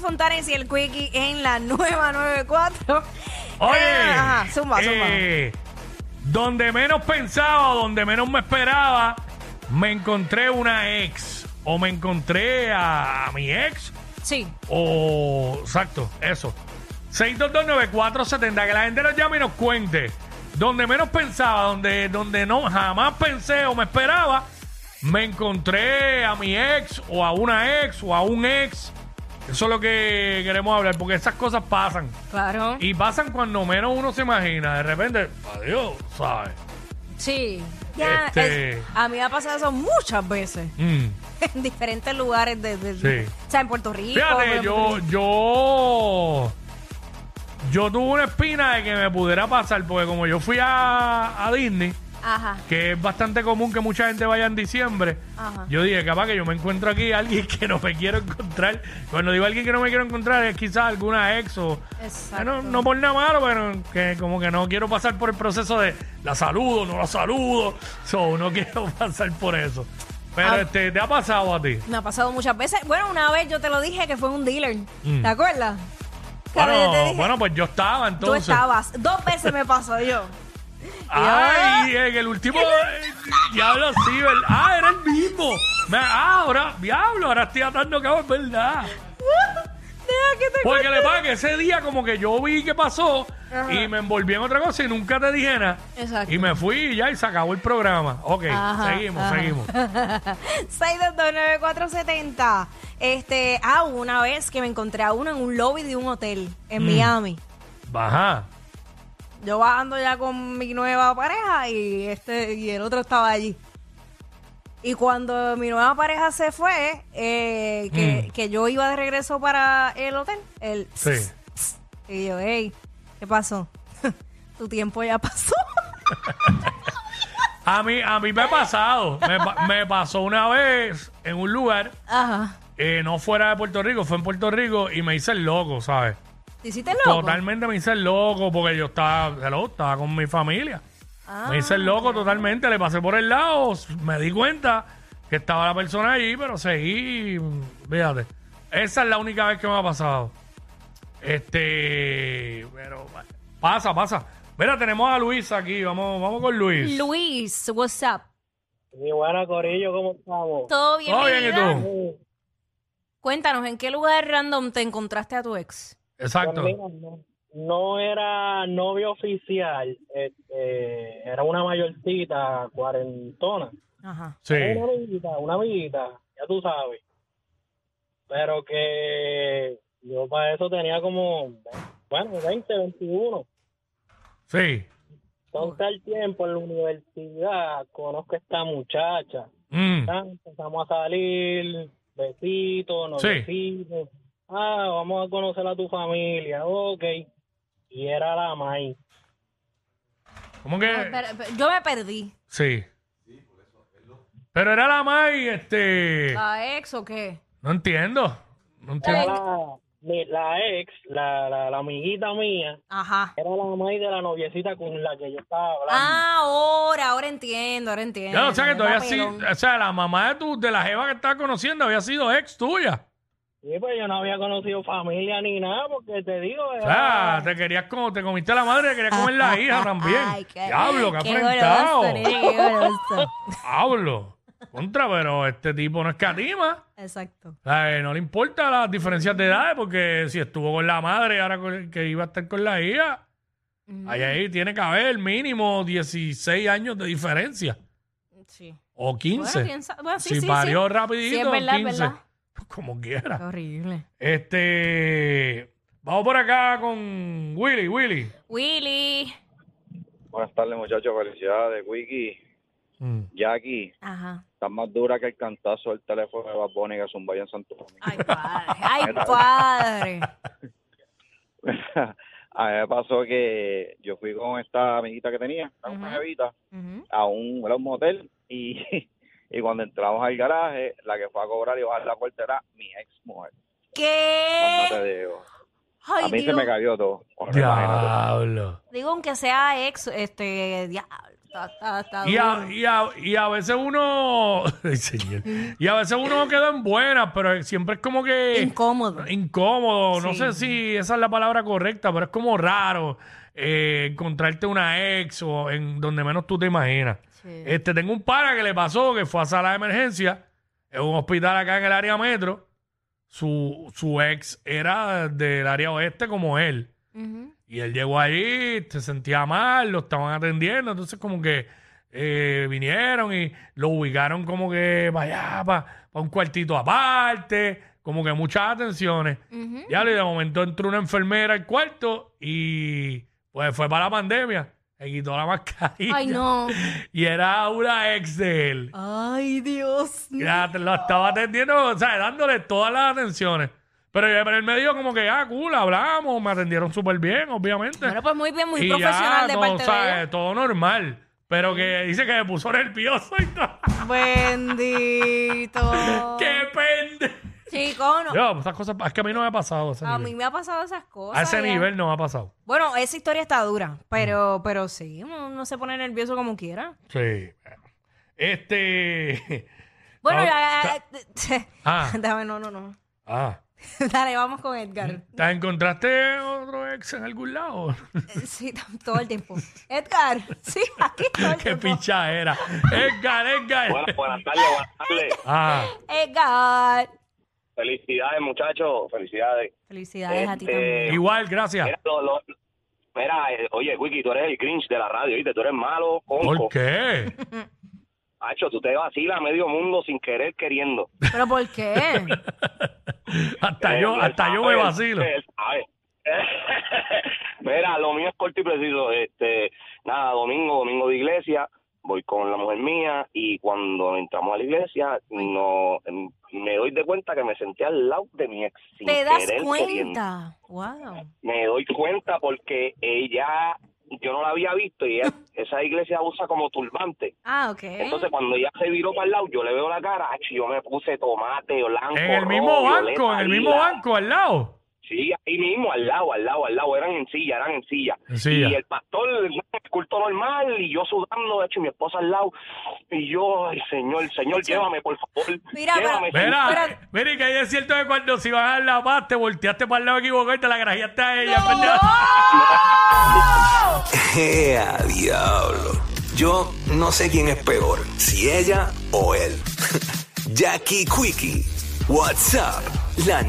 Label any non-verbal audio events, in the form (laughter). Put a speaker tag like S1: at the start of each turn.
S1: con Tanis y el Quickie en la nueva 94.
S2: Oye,
S1: Eh, ajá, zumba, zumba.
S2: eh, donde menos pensaba, donde menos me esperaba, me encontré una ex. O me encontré a, a mi ex.
S1: Sí.
S2: O. Exacto, eso. 6229470, que la gente nos llame y nos cuente. Donde menos pensaba, donde, donde no jamás pensé o me esperaba, me encontré a mi ex o a una ex o a un ex. Eso es lo que queremos hablar, porque esas cosas pasan.
S1: Claro.
S2: Y pasan cuando menos uno se imagina. De repente, adiós, ¿sabes?
S1: Sí. Ya,
S2: Este-
S1: es- a mí me ha pasado eso muchas veces. (laughs)
S2: Mm.
S1: En diferentes lugares. De, de- de-
S2: Sí.
S1: O sea, en Puerto Rico.
S2: Fíjate,
S1: en-
S2: yo, yo, yo tuve una espina de que me pudiera pasar, porque como yo fui a, a Disney,
S1: Ajá.
S2: que es bastante común que mucha gente vaya en diciembre,
S1: Ajá.
S2: yo dije, capaz que yo me encuentro aquí a alguien que no me quiero encontrar. Cuando digo alguien que no me quiero encontrar, es quizás alguna ex o...
S1: Exacto.
S2: No, no por nada malo, pero que como que no quiero pasar por el proceso de la saludo, no la saludo. (laughs) So, no quiero (laughs) pasar por eso. Pero
S1: Ah.
S2: este, ¿te ha pasado a ti?
S1: Me ha pasado muchas veces. Bueno, una vez yo te lo dije que fue un dealer.
S2: Mm.
S1: ¿Te acuerdas? Claro, yo te
S2: Bueno,
S1: dije,
S2: bueno, pues yo estaba
S1: tú
S2: entonces.
S1: estabas. Dos veces me pasó yo. (laughs)
S2: Ay, en el último eh, diablo sí, ¿verdad? Ah, era el mismo. Me- ah, ahora, diablo, ahora estoy atando cabo, es verdad.
S1: Deja que te
S2: Porque
S1: cuente.
S2: le pasa que ese día como que yo vi que pasó
S1: Ajá.
S2: y me envolví en otra cosa y nunca te dije nada.
S1: Exacto.
S2: Y me fui y ya y se acabó el programa. Ok,
S1: Ajá,
S2: seguimos,
S1: ajá. (laughs)
S2: seguimos.
S1: 6229470. Este, ah, hubo una vez que me encontré a uno en un lobby de un hotel
S2: Mm.
S1: en Miami.
S2: Ajá.
S1: Yo bajando ya con mi nueva pareja y este y el otro estaba allí. Y cuando mi nueva pareja se fue, eh, que,
S2: Mm.
S1: que yo iba de regreso para el hotel, el
S2: Sí.
S1: y yo, hey, ¿qué pasó? (laughs) tu tiempo ya pasó.
S2: A mí, a mí me ha pasado. Me, pa- me pasó una vez en un lugar,
S1: (laughs) Ajá.
S2: eh, no fuera de Puerto Rico, fue en Puerto Rico y me hice el loco, ¿sabes?
S1: ¿Te hiciste loco?
S2: Totalmente me hice el loco porque yo estaba, hello, estaba con mi familia.
S1: Ah.
S2: Me hice el loco totalmente, le pasé por el lado, me di cuenta que estaba la persona allí, pero seguí, fíjate. Esa es la única vez que me ha pasado. Este, pero pasa, pasa. Mira, tenemos a Luis aquí, vamos, vamos con Luis.
S1: Luis, what's up?
S3: Y buena, Corillo, ¿cómo estamos?
S1: ¿Todo bien?
S2: Todo
S1: mi
S2: bien, ¿y
S1: vida?
S2: tú?
S1: Cuéntanos, ¿en qué lugar random te encontraste a tu ex?
S2: Exacto.
S3: Pues mira, no, no era novio oficial, este, era una mayorcita, cuarentona.
S1: Ajá.
S2: Sí.
S3: Una amiguita, una amiguita, ya tú sabes. Pero que yo para eso tenía como, bueno, 20, 21.
S2: Sí.
S3: Entonces al tiempo en la universidad conozco a esta muchacha.
S2: Mm.
S3: Ah, empezamos a salir, besitos, nos
S2: Sí.
S3: decimos, ah, vamos a conocer a tu familia, ok. Y era la maíz.
S2: ¿Cómo
S1: Ay,
S2: que?
S1: espera, espera, Yo me perdí.
S2: Sí. Pero era la May, este.
S1: ¿La ex o qué?
S2: No entiendo. No
S3: Era
S2: entiendo.
S3: la, mi- la ex, la, la, la amiguita mía,
S1: Ajá.
S3: era la maíz de la noviecita con la que yo estaba hablando.
S1: Ah, ahora, ahora entiendo, ahora entiendo.
S2: Ya, o sea que todavía sí.
S1: Papelón.
S2: O sea, la mamá de tu, de la jeva que estás conociendo había sido ex tuya.
S3: Y pues yo no había conocido familia ni nada, porque te digo,
S2: O
S3: era-
S2: sea, te querías como, te comiste a la madre, querías comer
S1: (laughs)
S2: la hija también.
S1: Ay, qué,
S2: Diablo, que
S1: qué
S2: afrentado.
S1: goloso, nene, qué goloso.
S2: Diablo. Contra, pero este tipo no escatima.
S1: (laughs) Exacto.
S2: Ay, no le importa las diferencias de edades, porque si estuvo con la madre ahora con- que iba a estar con la hija, ahí, ahí tiene que haber mínimo 16 años de diferencia.
S1: Sí.
S2: O
S1: Bueno,
S2: 15.
S1: piensa- bueno, sí,
S2: si
S1: sí,
S2: parió
S1: sí.
S2: rapidito,
S1: Sí, es verdad, es
S2: 15.
S1: verdad.
S2: Como quiera.
S1: Horrible.
S2: Este. Vamos por acá con Willy, Willy.
S1: Willy.
S4: Buenas tardes, muchachos. Felicidades, Wiki. Jackie,
S1: Ajá.
S4: estás más dura que el cantazo del teléfono de Bad Bunny que zumbaya en Santo Domingo. (laughs)
S1: Ay, padre. Ay, padre.
S4: a mí me pasó que yo fui con esta amiguita que tenía, la una
S1: Ujú.
S4: jevita,
S1: Ujú.
S4: a un, era un motel y, (laughs) y cuando entramos al garaje, la que fue a cobrar y bajar la puerta era mi ex mujer.
S1: ¿Qué? Eh, Ay,
S4: A mí se
S1: Dios.
S4: me cayó todo. Bueno, imagínate.
S2: Diablo.
S1: Digo, aunque sea ex, este, diablo. Está, está, está
S2: Y a,
S1: duro.
S2: y, a, y a veces uno. (laughs) Ay, señor. Y a veces uno queda en buena, pero siempre es como que.
S1: Incómodo.
S2: Incómodo. No
S1: Sí.
S2: sé si esa es la palabra correcta, pero es como raro eh, encontrarte una ex o en donde menos tú te imaginas.
S1: Sí.
S2: Este, tengo un para que le pasó que fue a sala de emergencia en un hospital acá en el área metro. Su, su ex era del área oeste como él.
S1: Ujú.
S2: Y él llegó ahí, se sentía mal, lo estaban atendiendo, entonces como que eh, vinieron y lo ubicaron como que para allá, para, un cuartito aparte, como que muchas atenciones.
S1: Ujú.
S2: Ya, y de momento entró una enfermera al cuarto y pues fue para la pandemia, se quitó la mascarilla.
S1: Ay, no.
S2: Y era una ex de él.
S1: Ay, Dios.
S2: Ya te- lo estaba atendiendo, o sea, dándole todas las atenciones. Pero, pero él me dijo como que, ah, cool, hablamos, me atendieron súper bien, obviamente
S1: Bueno, pues muy bien, muy
S2: ya,
S1: profesional de
S2: no,
S1: parte
S2: ¿sabes?
S1: de ella.
S2: Todo normal. Pero que dice que me puso nervioso y todo.
S1: Bendito.
S2: (laughs) ¡Qué pende!
S1: Chico, Oh. no.
S2: Yo, esas cosas, es que a mí no me ha pasado. A ese,
S1: A mí
S2: nivel.
S1: me ha pasado esas cosas.
S2: A ese
S1: ya.
S2: nivel Mm. no me ha pasado.
S1: Bueno, esa historia está dura, pero, pero sí, uno, uno se pone nervioso como quiera.
S2: Sí. Este. (laughs)
S1: Bueno,
S2: Ah,
S1: ya- ya- (laughs)
S2: Ah.
S1: Déjame, no, no, no.
S2: Ah.
S1: Dale, vamos con Edgar.
S2: ¿Te encontraste otro ex en algún lado?
S1: Eh, Sí, t- todo el tiempo. Edgar, (laughs) sí, aquí todo el
S2: (laughs) ¡Qué
S1: tiempo.
S2: picha
S1: (laughs)
S2: era! ¡Edgar, Edgar!
S5: Buenas, buenas tardes, buenas tardes.
S2: Ah.
S1: Edgar.
S5: Felicidades, muchachos, felicidades.
S1: Felicidades a ti
S5: Este,
S1: también.
S2: Igual, gracias.
S5: Mira, lo- lo- mira, eh, oye, Wiki, tú eres el Grinch de la radio, ¿viste? Tú eres malo,
S2: ¿Por
S5: conco.
S2: qué?
S5: Hacho, tú te vacilas a medio mundo sin querer, queriendo.
S1: ¿Pero por qué?
S2: hasta
S5: Eh,
S2: yo,
S5: él
S2: hasta yo me
S5: sabe, él-
S2: vacilo.
S5: él sabe. (laughs) mira, lo mío es corto y preciso. Este, nada, domingo, domingo de iglesia, voy con la mujer mía y cuando entramos a la iglesia, no, em, me doy de cuenta que me senté al lado de mi ex. sin
S1: ¿Te das
S5: querer, queriendo.
S1: cuenta? Wow.
S5: me doy cuenta porque ella, yo no la había visto y
S1: (laughs)
S5: ella- esa iglesia usa como turbante.
S1: Ah, ok.
S5: Entonces cuando ella se viró para el lado, yo le veo la cara, ach, yo me puse tomate, blanco,
S2: En el mismo
S5: rojo,
S2: banco, en
S5: violeta,
S2: el mismo
S5: lila.
S2: banco, al lado.
S5: Sí, ahí mismo, al lado, al lado, al lado, eran en silla, eran en silla.
S2: Sí.
S5: Y el pastor, el culto normal, y yo sudando, de hecho, y mi esposa al lado, y yo, ay, señor, señor, llévame, por favor,
S1: Mira, pero-
S5: llévame, señor.
S1: Pero-
S2: Mira, mira, y que es cierto que cuando si vas a dar la paz, te volteaste para el lado equivocado y te la grajeaste a ella. ¿verdad?
S6: (laughs) ¡Ea, diablo! Yo no sé quién es peor, (laughs) si ella o él. Jackie Quickie, WhatsApp, la